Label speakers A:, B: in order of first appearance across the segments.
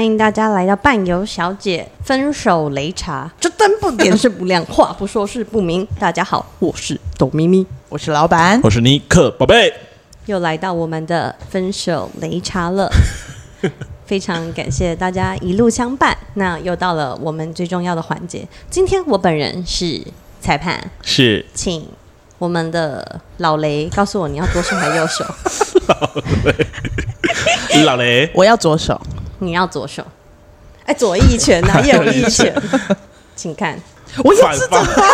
A: 迎大家来到伴游小姐分手擂茶，这灯不点是不亮，话不说是不明。大家好，我是董咪咪，
B: 我是老 板，
C: 我是尼克宝贝。
A: 又来到我们的分手擂茶 了。非常感谢大家一路相伴。那又到了我们最重要的环节，今天我本人是裁判，
C: 是
A: 请我们的老雷告诉我你要左手还是右手？
C: 老雷，
B: 我要左手。
A: 你要左手，哎， 左一拳呐、右一拳，请看，
B: 我又
C: 反
B: 知道
C: 方。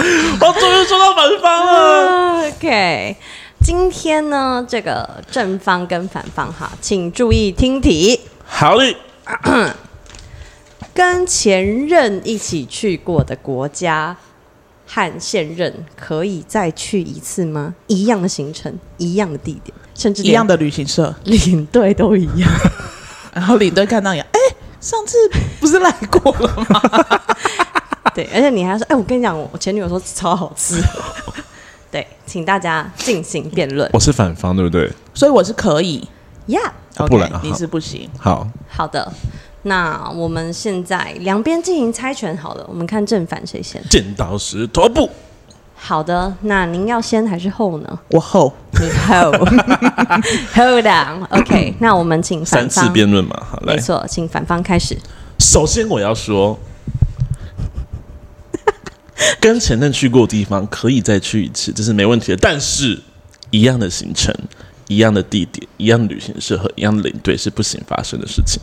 C: 我终于说到反方了。
A: OK，今天呢，这个正方跟反方哈，请注意听题。
C: 好嘞，
A: 跟前任一起去过的国家和现任可以再去一次吗？一样的行程，一样的地点，甚至
B: 一样的旅行社，
A: 连领队都一样。
B: 然后领队看到你，哎，上次不是来过了 吗？
A: 对，而且你还说，哎，我跟你讲，我前女友说超好吃。对，请大家进行辩 论。
C: 我是反方，对不对？
B: 所以我是可以，
A: Yeah，
C: 啊不然啊
B: OK，你是不行。
C: 好，
A: 好的。那我们现在两边进行猜拳好了，我们看正反谁先。
C: 剪刀石头布，
A: 好的，那您要先还是后呢？
B: 我后
A: 你 后，Hold on。OK，那我们请反
C: 三
A: 方
C: 次辩论嘛。好，来
A: 没，错，请反方开始。
C: 首先我要说， 跟前任去过的地方可以再去一次，这是没问题的。但是一样的行程、一样的地点、一样的旅行社和一样的领队是不行发生的事情。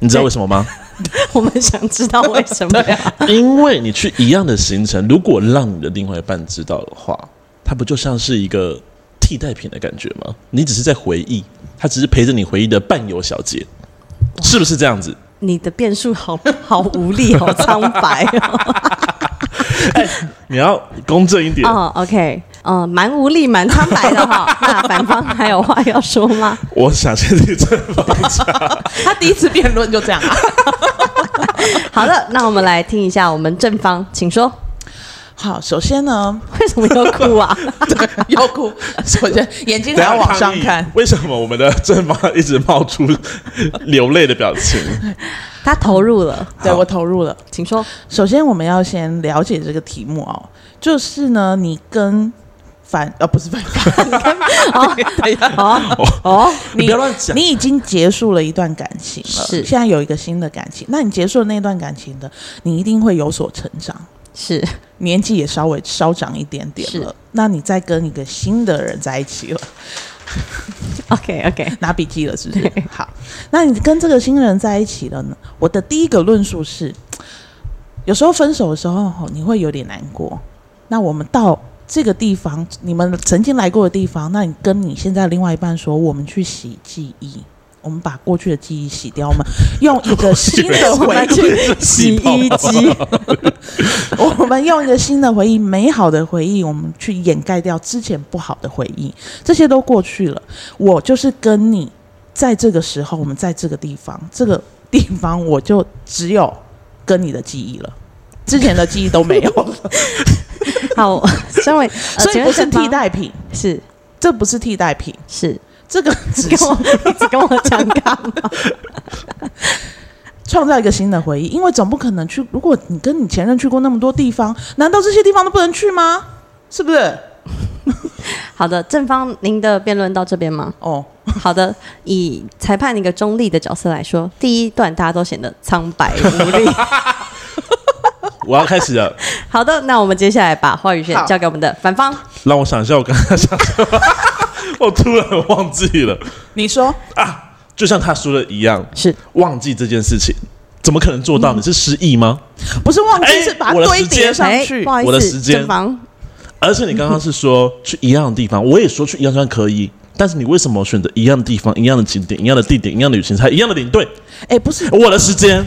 C: 你知道为什么吗？
A: 我们想知道为什么
C: 因为你去一样的行程，如果让你的另外一半知道的话，它不就像是一个替代品的感觉吗？你只是在回忆，他只是陪着你回忆的伴游小姐，是不是这样子？
A: 你的辩述好好无力，好苍白哦。
C: 你要公正一点。
A: 哦，OK，嗯，蛮无力，蛮苍白的哈。那反方还有话要说吗？
C: 我想先去正方讲，
B: 他第一次辩论就这样 啊。
A: 好的，那我们来听一下我们正方，请说。
B: 好，首先呢，
A: 为什么要哭啊？
B: 对，要哭。首先眼睛还要往上
C: 等一下抗
B: 看
C: 议。为什么我们的正方一直冒出流泪的表情？
A: 他投入了，
B: 对我投入了。
A: 请说。
B: 首先，我们要先了解这个题目哦，就是呢，你跟反呃不是反反，
A: 哦
B: 等一下
A: 哦哦，
C: 你不要乱讲
B: 你已经结束了一段感情了，
A: 是
B: 现在有一个新的感情，那你结束了那段感情的，你一定会有所成长，
A: 是
B: 年纪也稍微稍长一点点
A: 是
B: 了。那你再跟一个新的人在一起了，
A: OK OK，
B: 拿笔记了是不是？好，那你跟这个新人在一起了呢？我的第一个论述是，有时候分手的时候吼你会有点难过。那我们到这个地方，你们曾经来过的地方，那你跟你现在另外一半说，我们去洗记忆。我们把过去的记忆洗掉，我们用一个新的回忆，
A: 洗衣机，
B: 我们用一个新的回忆，美好的回忆，我们去掩盖掉之前不好的回忆，这些都过去了。我就是跟你在这个时候，我们在这个地方，这个地方我就只有跟你的记忆了。之前的记忆都没有了，
A: 好，身为 呃
B: 所以
A: 请
B: 不
A: 问
B: 是
A: 正
B: 替
A: 方
B: 代品，
A: 是
B: 这不是替代品，
A: 是，
B: 这个只
A: 跟
B: 是
A: 我一直跟我讲干嘛？
B: 创造一个新的回忆，因为总不可能去。如果你跟你前任去过那么多地方，难道这些地方都不能去吗？是不是？
A: 好的，正方，您的辩论到这边吗？
B: 哦，
A: 好的，以裁判一个中立的角色来说，第一段大家都显得苍白无力。
C: 我要开始了，
A: 好的，那我们接下来把话语权
B: 好
A: 交给我们的反方。
C: 让我想一下，我刚才想什么？我突然忘记了。
B: 你说
C: 啊，就像他说的一样，
A: 是
C: 忘记这件事情，怎么可能做到？你是失忆吗？
B: 不是忘记，
C: 哎
B: 是把它
C: 我的
B: 堆
C: 时
B: 叠
C: 间
B: 上
A: 哎
B: 去
A: 不。好
C: 我
A: 意
C: 的
A: 思，
C: 时间
A: 正方
C: 而且你刚刚是说去一样的地方，我也说去一样地方可以，但是你为什么选择一样的地方、一样的景点、一样的地点、一样的旅行社、一样的领队？
B: 哎，不是，
C: 我的时间，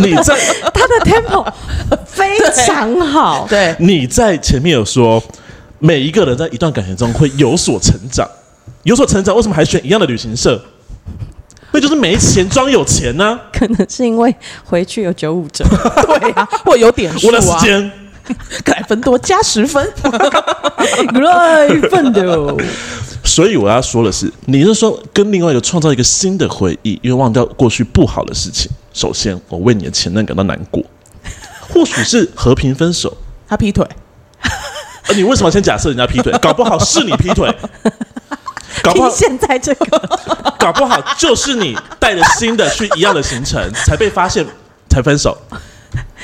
C: 你在
A: 他的 tempo 非常好，
B: 对，
C: 你在前面有说，每一个人在一段感情中会有所成长，有所成长，为什么还选一样的旅行社？那就是没钱装有钱啊呢、
A: 可能是因为回去有九五折。
B: 对啊，或有点数
C: 我的时
B: 啊，
C: 间。
B: 可来分多加十分。
A: Great 奋斗，
C: 所以我要说的是，你是说跟另外一个创造一个新的回忆，因为忘掉过去不好的事情。首先，我为你的前任感到难过，或许是和平分手。
B: 他劈腿，
C: 呃、你为什么要先假设人家劈腿？搞不好是你劈腿，搞不
A: 听
C: 好
A: 现在这个
C: 搞不好就是你带着新的去一样的行程，才被发现才分手，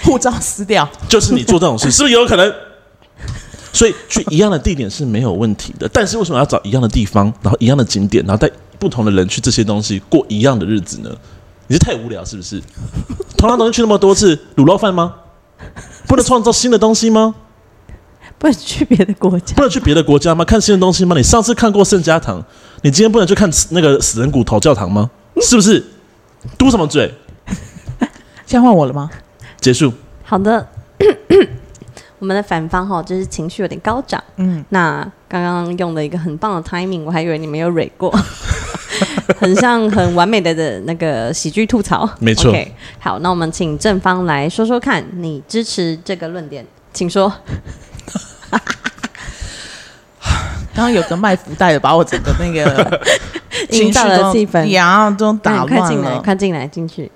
B: 护照撕掉，
C: 就是你做这种事，是不是有可能？所以去一样的地点是没有问题的，但是为什么要找一样的地方，然后一样的景点，然后带不同的人去这些东西过一样的日子呢？你是太无聊是不是？同样东西去那么多次，卤肉饭吗？不能创造新的东西吗？
A: 不能去别的国家
C: 不，能去别的国家吗？看新的东西吗？你上次看过圣家堂，你今天不能去看死那个死人骨头教堂吗？是不是？嘟什么嘴？
B: 现在换我了吗？
C: 结束。
A: 好的， 我们的反方哈，就是情绪有点高涨。
B: 嗯，
A: 那刚刚用了一个很棒的 timing，我还以为你没有蕊过， 很像很完美的的那个喜剧吐槽。
C: 没错
A: OK，好，那我们请正方来说说看，你支持这个论点，请说。
B: 刚刚有个卖福袋的把我整个那 个
A: 营
B: 情绪
A: 造了
B: 都
A: 气氛
B: 呀都打
A: 那哎你快
B: 乱
A: 进来，
B: 了。
A: 快进来，进去。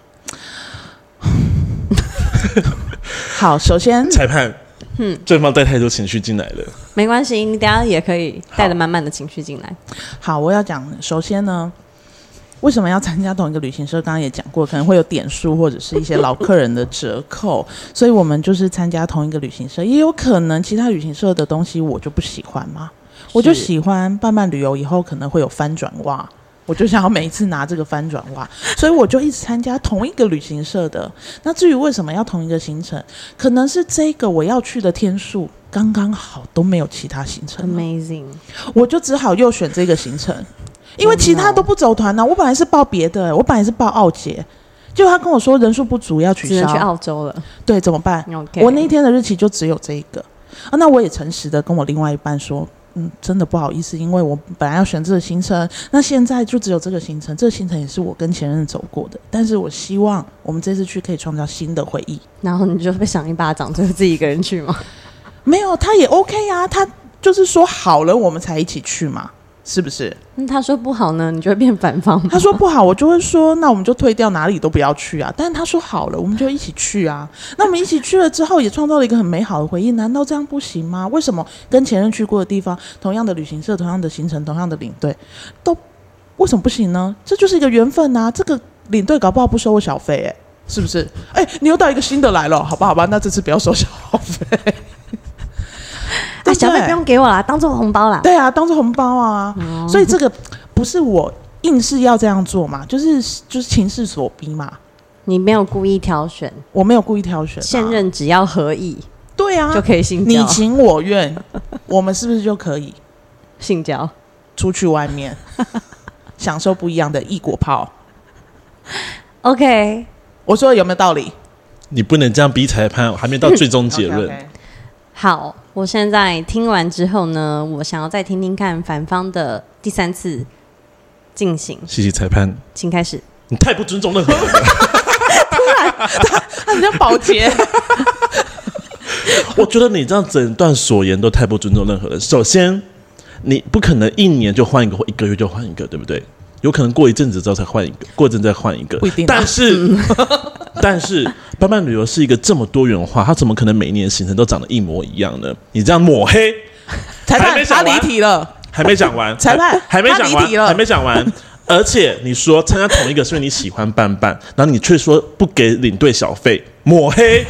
B: 好，首先
C: 裁判，嗯，正方带太多情绪进来了，
A: 没关系，你等一下也可以带着满满的情绪进来。
B: 好，我要讲，首先呢，为什么要参加同一个旅行社？刚刚也讲过，可能会有点数或者是一些老客人的折扣， 所以我们就是参加同一个旅行社，也有可能其他旅行社的东西我就不喜欢嘛，我就是喜欢伴伴旅游，以后可能会有翻转袜。我就想要每一次拿这个翻转袜， 所以我就一直参加同一个旅行社的。那至于为什么要同一个行程，可能是这个我要去的天数刚刚好都没有其他行程了。
A: amazing，
B: 我就只好又选这个行程，因为其他都不走团呢、啊我本来是报别的、我本来是报奥捷，结果他跟我说人数不足要取
A: 只能去
B: 消，
A: 澳洲了。
B: 对，怎么办？
A: OK，
B: 我那天的日期就只有这一个啊。那我也诚实的跟我另外一半说，嗯，真的不好意思，因为我本来要选这个行程，那现在就只有这个行程，这个行程也是我跟前任走过的，但是我希望我们这次去可以创造新的回忆。
A: 然后你就被赏一巴掌，最后自己一个人去吗？
B: 没有，他也 OK 啊，他就是说好了我们才一起去嘛，是不是？
A: 那他说不好呢，你就会变反方吗。
B: 他说不好，我就会说那我们就退掉，哪里都不要去啊。但是他说好了，我们就一起去啊。那我们一起去了之后，也创造了一个很美好的回忆。难道这样不行吗？为什么跟前任去过的地方，同样的旅行社、同样的行程、同样的领队，都为什么不行呢？这就是一个缘分啊。这个领队搞不好不收我小费、欸，是不是？哎、你又带一个新的来了，好吧，好吧，那这次不要收小费。
A: 啊，
B: 对对
A: 小费不用给我啦，当做红包啦。
B: 对啊，当做红包啊。
A: 哦
B: 所以这个不是我硬是要这样做嘛，就是就是情势所逼嘛。
A: 你没有故意挑选，
B: 我没有故意挑选、啊，
A: 现任只要合意
B: 对啊
A: 就，可以性
B: 你
A: 交，
B: 情我愿，我们是不是就可以
A: 性交。
B: 出去 外面享受不一样的异国炮？
A: OK，
B: 我说的有没有道理？
C: 你不能这样逼裁判，还没到最终结 论。
B: OK，OK 啊
A: 好，我现在听完之后呢，我想要再听听看反方的第三次进行，
C: 谢谢裁判，
A: 请开始。
C: 你太不尊重任何人啊了。
B: 那你叫保洁，
C: 我觉得你这样整段所言都太不尊重任何人。首先，你不可能一年就换一个，或一个月就换一个，对不对？有可能过一阵子之后才换一个，过一阵再换一个，
B: 不一定啊
C: 但是，但是，伴伴旅游是一个这么多元化，它怎么可能每一年行程都长得一模一样呢？你这样抹黑，
B: 裁
C: 还没
B: 判他
C: 讲完
B: 离题 了，
C: 还没讲 完，
B: 裁判
C: 还还没讲
B: 他离题
C: 完，
B: 了
C: 还没 讲完。而且你说参加同一个是因为你喜欢伴伴，然后你却说不给领队小费，抹黑，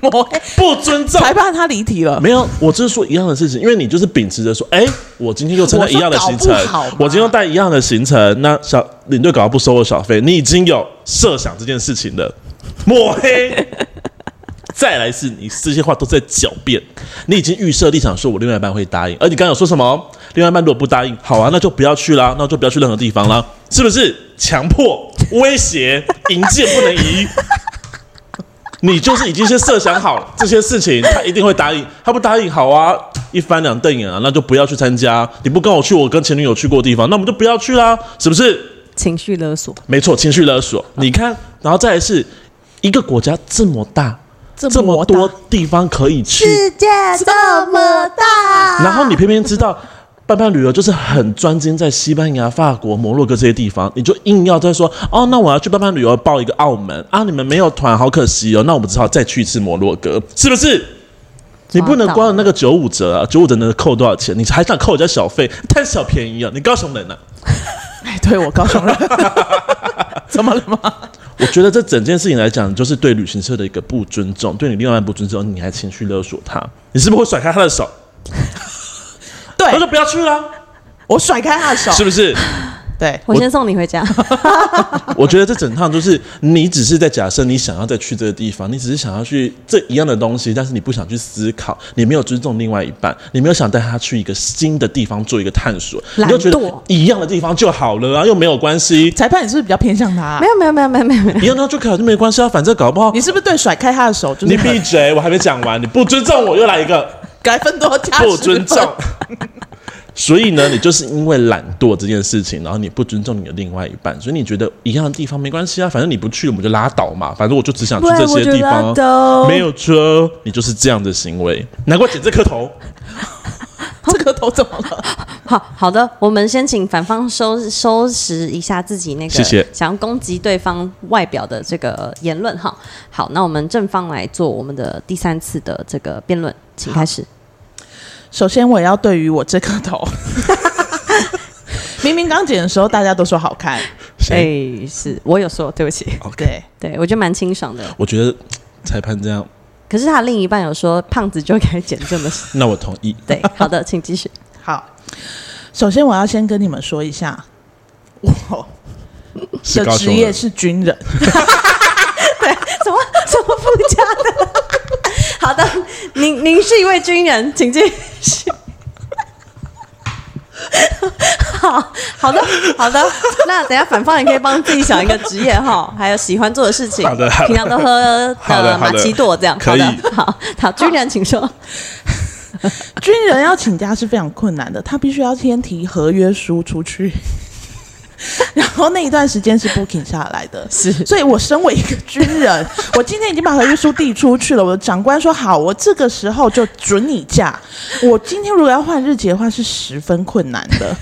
B: 抹黑
C: 不尊重。
B: 裁判他离题了，
C: 没有，我就是说一样的事情，因为你就是秉持着说，哎、我今天又参加一样的行程
B: 我说搞不好嘛，
C: 我今天又带一样的行程，那小领队搞不收我小费，你已经有设想这件事情了，抹 黑。再来是你这些话都在狡辩，你已经预设立场，说我另外一半会答应，而你刚刚有说什么？另外一半如果不答应，好啊，那就不要去啦，那就不要去任何地方啦，是不是？强迫、威胁、引荐不能移。你就是已经先设想好了这些事情，他一定会答应。他不答应，好啊，一翻两瞪眼啊，那就不要去参加。你不跟我去我跟前女友去过的地方，那我们就不要去啦，是不是？
A: 情绪勒索，
C: 没错，情绪勒索。你看，然后再来是一个国家这么大，
B: 这
C: 这么
B: 大
C: 多地方可以去，
A: 界这么大，
C: 然后你偏偏知道伴伴旅游就是很专精在西班牙、法国、摩洛哥这些地方，你就硬要再说哦，那我要去伴伴旅游报一个澳门啊，你们没有团，好可惜哦，那我们只好再去一次摩洛哥，是不是？你不能光有那个九五折啊，九五折能扣多少钱？你还想扣人家小费，贪小便宜啊！你高雄人呢、
B: 哎，对我高 雄人，怎么了吗？
C: 我觉得这整件事情来讲，就是对旅行社的一个不尊重，对你另外一半不尊重，你还情绪勒索他，你是不是会甩开他的手？
B: 对
C: 他说不要去啦、
B: 我甩开他的手，
C: 是不是？
B: 对，
A: 我先送你回家。
C: 我觉得这整趟就是你只是在假设你想要再去这个地方，你只是想要去这一样的东西，但是你不想去思考，你没有尊重另外一半，你没有想带他去一个新的地方做一个探索，你
A: 懒
C: 就觉
A: 惰
C: 得一样的地方就好了啊，又没有关系，
B: 裁判你是不是比较偏向 他、
A: 没有没有没有没有没有没有，
C: 一样的就可以就没关系啊，反正搞不好
B: 你是不是对甩开他的手就是
C: 你闭嘴，我还没讲完，你不尊重我又来一个。
B: 该分多加十
C: 不尊
B: 分
C: 重。啊 所以呢，你就是因为懒惰这件事情，然后你不尊重你的另外一半，所以你觉得一样的地方没关系啊，反正你不去我们就拉倒嘛，反正我就只想去这些地
A: 对
C: 方
A: 我觉得
C: 啊，没有车，你就是这样的行为，难怪剪这颗头。
B: 这个头怎么了？
A: 好好的，我们先请反方收收拾一下自己那个
C: 谢谢
A: 想要攻击对方外表的这个言论哈。好，那我们正方来做我们的第三次的这个辩论，请开始。
B: 首先，我要对于我这颗头， 明明刚剪的时候大家都说好 看，
A: 哎、
C: 谁？
A: 是我有说，对不起，
B: 对，
A: 对我觉得蛮清爽的。
C: 我觉得嘖裁判这样，
A: 可是他的另一半有说，胖子就该减这么少。
C: 那我同意。
A: 对，好的，请继续。
B: 好。首先，我要先跟你们说一下，我
C: 是
B: 的
C: 高
B: 职
C: 雄
B: 业
C: 人，
B: 是军人，
A: 什么什么附加的？ 好的，您您是一位军人，请继续。 好好的好的，那等一下反方也可以帮自己想一个职业 哈，还有喜欢做的事情。
C: 好的好的
A: 平常都喝呃
C: 好的好
A: 马
C: 的
A: 奇朵这样。
C: 可以
A: 好的，好好，军人请说。
B: 军人要请假是非常困难的，他必须要先提合约书出去， 然后那一段时间是 booking 下来的。
A: 是
B: 所以我身为一个军 人，我今天已经把合约书递出去了。我的长官说好，我这个时候就准你假。我今天如果要换日期的话，是十分困难的。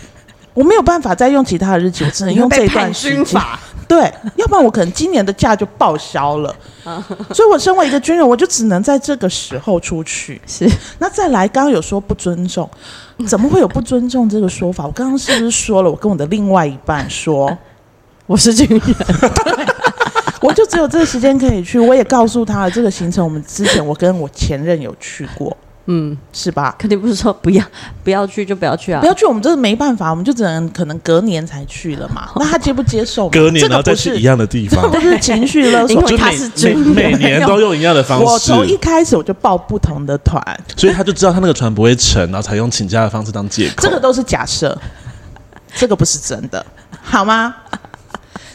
B: 我没有办法再用其他的日期，我只能用这一段时
A: 你会被判军
B: 间。对，要不然我可能今年的假就报销 了。所以，我身为一个军人，我就只能在这个时候出去。
A: 是
B: 那再来，刚刚有说不尊重，怎么会有不尊重这个说法？我刚刚是不是说了？我跟我的另外一半说，
A: 我是军人，
B: 我就只有这个时间可以去。我也告诉他了，这个行程我们之前我跟我前任有去过，
A: 嗯，
B: 是吧？
A: 肯定不是说不要不要去就不要去啊
B: 不。要去，我们真的没办法，我们就只能可能隔年才去了嘛。那他接不接受嘛？
C: 隔年
B: 这
C: 然后
B: 个
C: 再
B: 不
C: 去一
B: 是，
C: 样的地
B: 这
C: 方，
B: 不是情绪勒索
A: 因。为
C: 就
A: 他
C: 每
A: 是军
C: 每每
A: 人
C: 年都用一样的方
B: 我
C: 式，
B: 从一开始我就报不同的团，
C: 所以他就知道他那个船不会沉，然后才用请假的方式当借口。
B: 这个都是假 设，这个不是真的，好吗？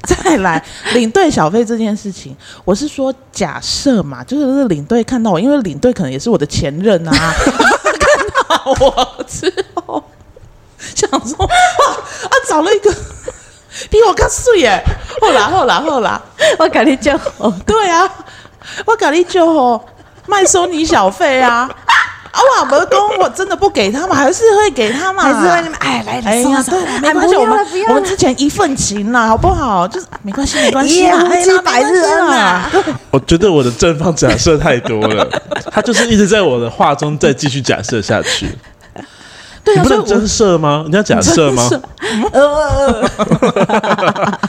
B: 再来，领队小费这件事情，我是说假设嘛，就是领队看到我，因为领队可能也是我的前 任啊，看到我之后，想说哇啊，找了一个 比我更素耶，后啦后啦后啦，
A: 我肯定就好。
B: 对啊，我甲你就吼卖收你小费啊，啊我阿伯公我真的不给他嘛，还是会给他嘛，
A: 还是会那么哎来
B: 哎
A: 来送
B: 呀，
A: 送
B: 对啦，，没
A: 哎
B: 关系，
A: 不
B: 我
A: 要
B: 们
A: 了不要
B: 我
A: 了
B: 们。之前一份情啦，好不好？就是没关系，没关系啦，
A: 一
B: 哎
A: 夜无
B: 啦
A: 计百日恩啊！
B: 没关系啦
C: 我觉得我的正方假设太多 了，他就是一直在我的话中再继续假设下去。
B: 对
C: 你
B: 啊，
C: 不
B: 所以
C: 能
B: 我
C: 增设吗？你要假设吗？
B: 真是呃，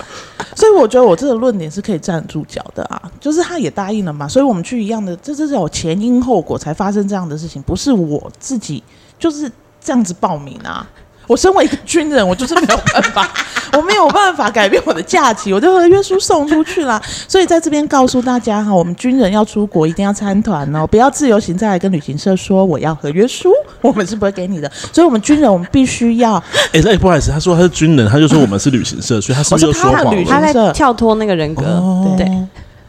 B: 所以我觉得我这个论点是可以站住脚的啊，就是他也答应了嘛，所以我们去一样的，这这是有前因后果才发生这样的事情，不是我自己就是这样子报名啊。我身为一个军人，我就是没有办法， 我没有办法改变我的假期，我就合约书送出去啦。所以在这边告诉大家哈，我们军人要出国一定要参团哦，不要自由行再来跟旅行社说我要合约书， 我们是不会给你的。所以我们军人我们必须要
C: 哎、那不好意思，他说他是军人，他就说我们是旅行社，所以他是不是又
B: 我说
C: 说
B: 他的
C: 谎
B: 旅
C: 了？
A: 他在跳脱那个人格，
C: 哦
A: 对，
B: 哦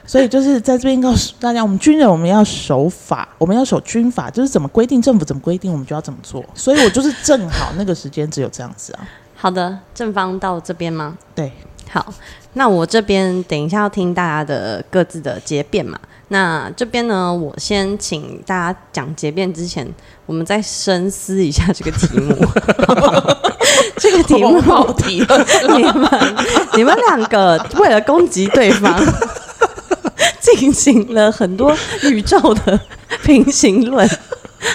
B: 所以就是在这边告诉大家，我们军人我们要守法，我们要守军法，就是怎么规定政府怎么规定，我们就要怎么做。所以我就是正好那个时间只有这样子啊，
A: 好的，正方到这边吗？
B: 对，
A: 好，那我这边等一下要听大家的各自的结辩嘛。那这边呢，我先请大家讲结辩之前，我们再深思一下这个题 目。这个题目
B: 我跑题了，
A: 你们你们两个为了攻击对 方，进行了很多宇宙的平行论。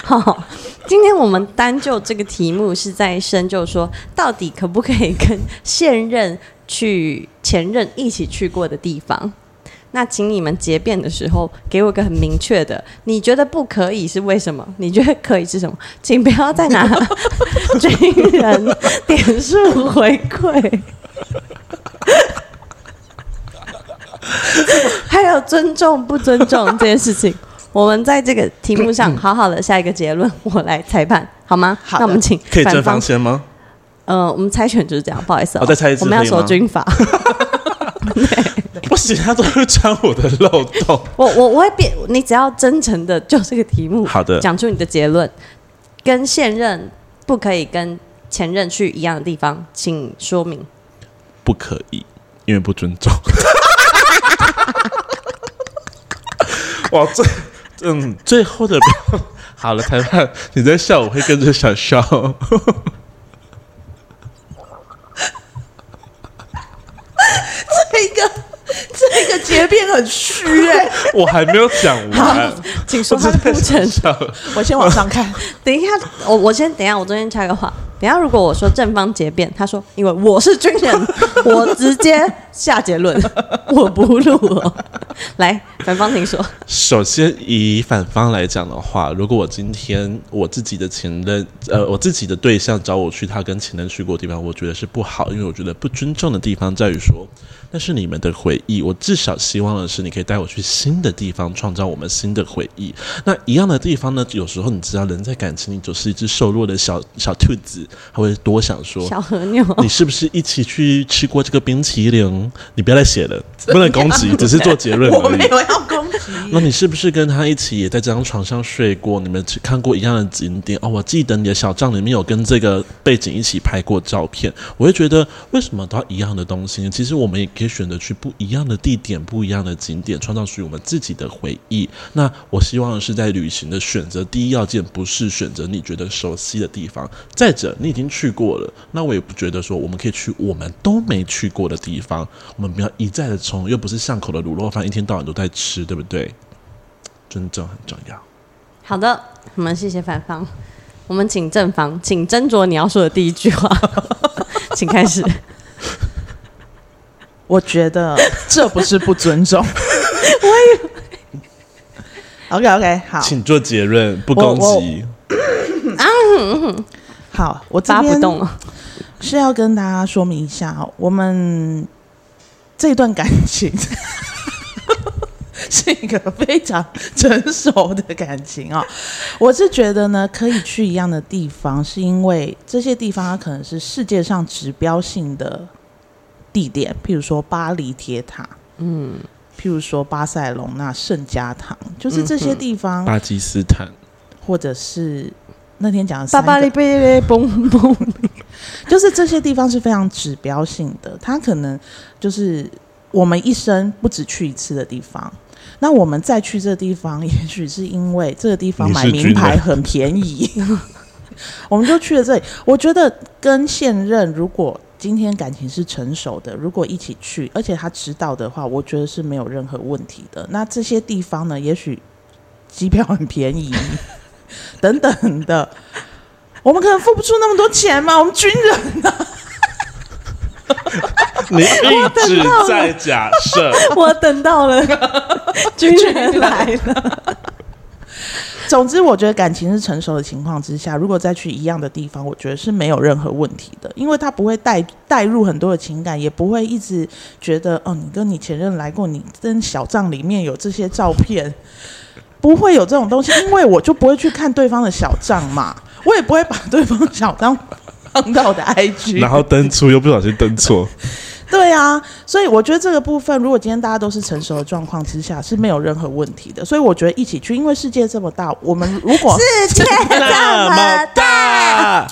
A: 好，今天我们单就这个题目是在深究说，到底可不可以跟现任去前任一起去过的地方？那请你们结辩的时候，给我一个很明确的，你觉得不可以是为什么？你觉得可以是什么？ 请不要再 拿军人点数回 馈，还有尊重不尊重这件 事情。我们在这个题目上好好的下一个结论，我来裁判好吗？
B: 好的
A: 那我们请
C: 可以
A: 反
C: 正方先吗？
A: 呃，我们猜拳就是这样，不好意思、哦，
C: 哦再猜一次
A: 我们要
C: 可以吗
A: 守军 法。
C: 不行，他都会穿我的漏 洞。
A: 我我我会变，你只要真诚的就这个题目，
C: 好的
A: 讲出你的结论，跟现任不可以跟前任去一样的地方，请说明。
C: 不可以，因为不尊重。 哇，最嗯，最后的 好了，裁判，你在笑，我会跟着想笑。
B: 这个这个结辩很虚哎、
C: 我还没有讲完，
A: 请说
C: 我
A: 他
C: 正
A: 的
C: 在
A: 铺陈
C: 想。笑。
B: 我先往上看，
A: 等一下，我我先等一下，我中间插个话。等一下，如果我说正方结辩，他说因为我是军 人，我直接下结论，我不录哦。来，反方请说。
C: 首先，以反方来讲的话，如果我今天我自己的前任，呃，我自己的对象找我去他跟前任去过的地方，我觉得是不好，因为我觉得不尊重的地方在于说，那是你们的回忆，我至少希望的是你可以带我去新的地方，创造我们新的回忆。那一样的地方呢，有时候你知道，人在感情里就是一只瘦弱的小小兔子，他会多想说，
A: 小和牛，
C: 你是不是一起去吃过这个冰淇淋？你不要再写了，不能攻击，只是做结论
B: 我
C: 而
B: 没
C: 已。
B: 有要攻击，
C: 那你是不是跟他一起也在这张床上睡过？你们去看过一样的景点？哦，我记得你的小帐里面有跟这个背景一起拍过照片。我会觉得为什么都要一样的东西呢？其实我们也可以选择去不一样的地点、不一样的景点，创造属于我们自己的回忆。那我希望的是在旅行的选择，第一要件不是选择你觉得熟悉的地方。再者，你已经去过了，那我也不觉得说我们可以去我们都没去过的地方。我们不要一再的冲，又不是巷口的卤肉饭，一天到晚都在吃，对不对？尊重很重要。
A: 好的，我们谢谢反方，我们请正方，请斟酌你要说的第一句话， 请开始。
B: 我觉得这不是不尊 重。我以为 OK OK 好
C: 请做结论，不
B: 我嗯
C: 攻击。
B: 好，我这
A: 发不
B: 边
A: 动了，
B: 是要跟大家说明一下哦，我们这段感情 是一个非常成熟的感情哦。我是觉得呢，可以去一样的地方，是因为这些地方它可能是世界上指标性的地点，譬如说巴黎铁塔，嗯，譬如说巴塞隆那圣家堂，就是这些地方，
C: 巴基斯坦，
B: 或者是那天讲的
A: 巴
B: 三
A: 巴
B: 个
A: 利贝贝嘣嘣，
B: 就是这些地方是非常指标性的，它可能就是我们一生不止去一次的地方。那我们再去这地方，也许是因为这个地方
C: 你是
B: 买
C: 军
B: 名
C: 人
B: 牌很便宜，我们就去了这里。我觉得跟现任如果今天感情是成熟的，如果一起去，而且他知道的话，我觉得是没有任何问题的。那这些地方呢，也许机票很便宜等等的，我们可能付不出那么多钱嘛，我们军人。
C: 你一直在假设，
A: 我等到 了，军人来了，
B: 总之，我觉得感情是成熟的情况之下，如果再去一样的地方，我觉得是没有任何问题的，因为他不会带带入很多的情感，也不会一直觉得哦，你跟你前任来过，你跟小账里面有这些照片，不会有这种东西，因为我就不会去看对方的小账嘛，我也不会把对方的小账放到我的 IG，
C: 然后登出又不小心 登错，
B: 对啊，所以我觉得这个部分，如果今天大家都是成熟的状况之下，是没有任何问题的。所以我觉得一起去，因为世界这么大，我们如果
A: 世界
C: 那么大，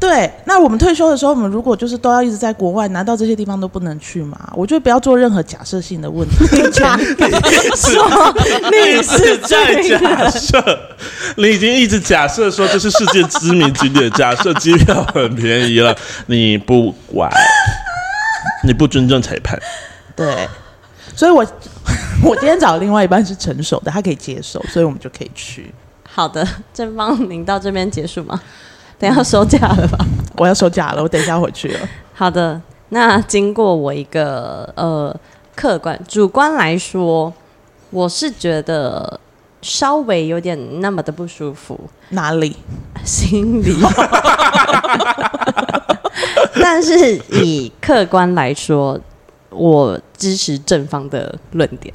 B: 对，那我们退休的时候，我们如果就是都要一直在国外，难道这些地方都不能去吗？我觉得不要做任何假设性的问题。
C: 是
A: 你
C: 你 是在假设，你已经一直假设说这是世界知名景点，假设机票很便宜了，你不 管，你不尊重裁判，
B: 对，所以我我今天找的另外一半是成熟的，他可以接受，所以我们就可以去。
A: 好的，正方您到这边结束吗？等一下收假了吧？
B: 我要收假了，我等一下回去了。
A: 好的，那经过我一个呃客观主观来说，我是觉得稍微有点那么的不舒服，
B: 哪里？
A: 心里。但是以客观来说，我支持正方的论点。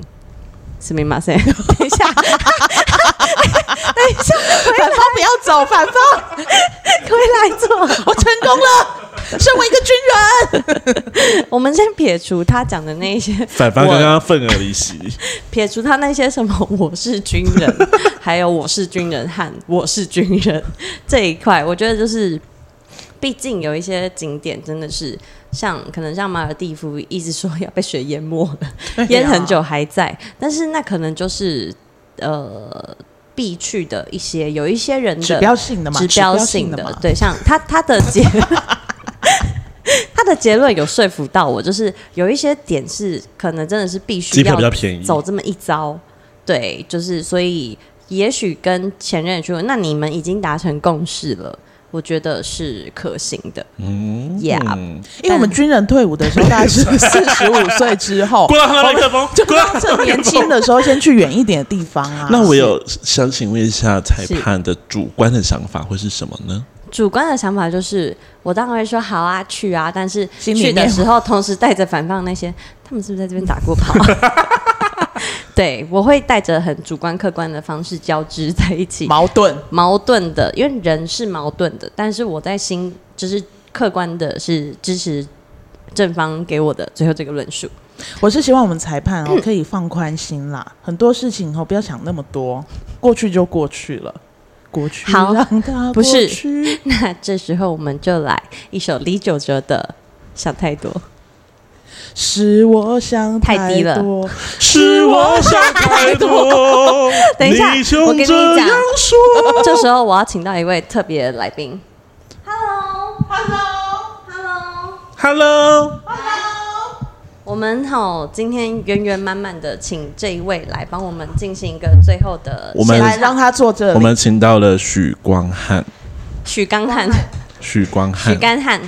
A: 是密马赛，等一下，
B: 反方不要走，反方，
A: 回来坐。
B: 我成功 了。身为一个军人，
A: 我们先撇除他讲的那一些，
C: 反方刚刚愤而离席，
A: 撇除他那些什么“我是军人”，还有“我是军人”和“我是军人”这一块，我觉得就是，毕竟有一些景点真的是像可能像马尔蒂夫一直说要被水淹没了，淹很久还在，但是那可能就是呃必去的一些有一些人的
B: 指标性的嘛，
A: 指标性
B: 的嘛，
A: 对，像他他的 结，他的结论有说服到我，就是有一些点是可能真的是必须
C: 机票
A: 要
C: 比较便宜，
A: 走这么一遭，对，就是所以也许跟前任去，那你们已经达成共识了，我觉得是可行的，
C: 嗯
A: Yeah
C: 嗯
B: 因为我们军人退伍的时候大概是四十五岁之 后，
C: 过来他的麦克 风，
B: 啊
C: 过来
B: 趁年轻的时候先去远一点的地方啊。
C: 那我有想请问一下裁判的主观的想法会是什么呢？
A: 主观的想法就是，我当然会说好啊，去啊，但是
B: 心里
A: 去的
B: 面
A: 时候，同时带着反放那些，他们是不是在这边打过炮？ 对，我会带着很主观客观的方式交织在一起，
B: 矛盾，
A: 矛盾的，因为人是矛盾的，但是我在心就是客观的是支持正方给我的最后这个论述。
B: 我是希望我们裁判
C: 嗯
B: 哦可以放宽心啦，很多事情哦不要想那么多，过去就过去了，过去
A: 好
B: 让它
A: 不是
B: 过去
A: 那这时候我们就来一首李玖哲的《想太多》。
B: 使我想
A: 太低了，
B: 多。
C: 是我想太多
A: 等一下
C: 你
A: 我
C: 就
A: 跟你
C: 这
A: 讲
C: 样说。
A: 这时候我要请到一位特别来宾。Hello，Hello，Hello。
C: Hello，
A: 我们好，今天圆圆满满的，请这一位来帮我们进行一个最后的
C: 我们
A: 现
B: 来
A: 场
B: 让他坐这
A: 呃
B: 里。
C: 我们请到了许光汉，
A: 许刚汉，
C: 许光
A: 许
C: 汉，
A: 干汉，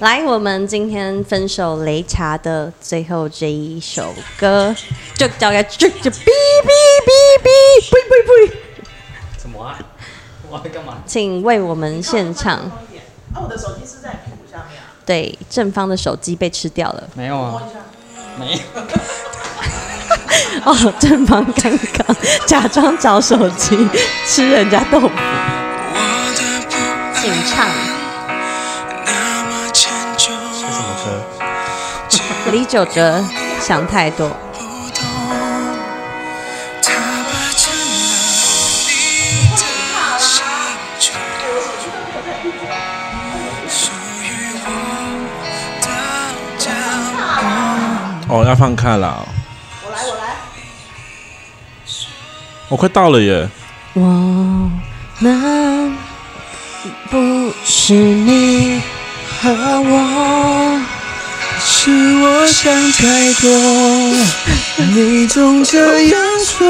A: 来，我们今天分手擂茶的最后这一首歌，就叫个就就哔哔哔哔哔哔哔，
D: 什么啊？我要干嘛？
A: 请为我们现场
B: 啊，我的手机是在屁股下面啊。
A: 对正方的手机被吃掉了。
D: 没有啊，没有。
A: 哦，正方刚刚假装找手机吃人家 豆腐，请唱
D: 这什么歌？
A: 李玖哲想太多。
C: 哦，要放开了。我来，我来。我快到了耶！
A: 我们不是你和我，
E: 是我想太多，你总这样说，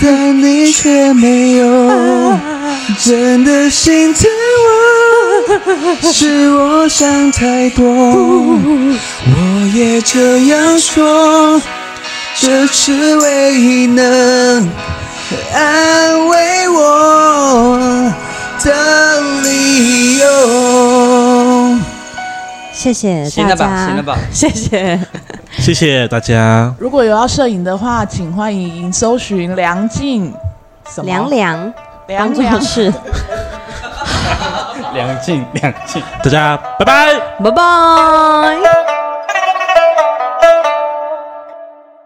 E: 但你却没有真的心疼我。是我想太多，我也这样说，这是唯一能安慰我的理由。
A: 谢谢
D: 行
A: 大
D: 了吧，行
A: 家，
D: 了吧。
A: 谢谢。
C: 谢谢大家。
B: 如果有要摄影的话，请欢迎搜寻梁静，什么
A: 凉凉
B: 梁
A: 当做
B: 梁
A: 是，
D: 梁静，梁静。
C: 大家拜拜。
A: 拜拜。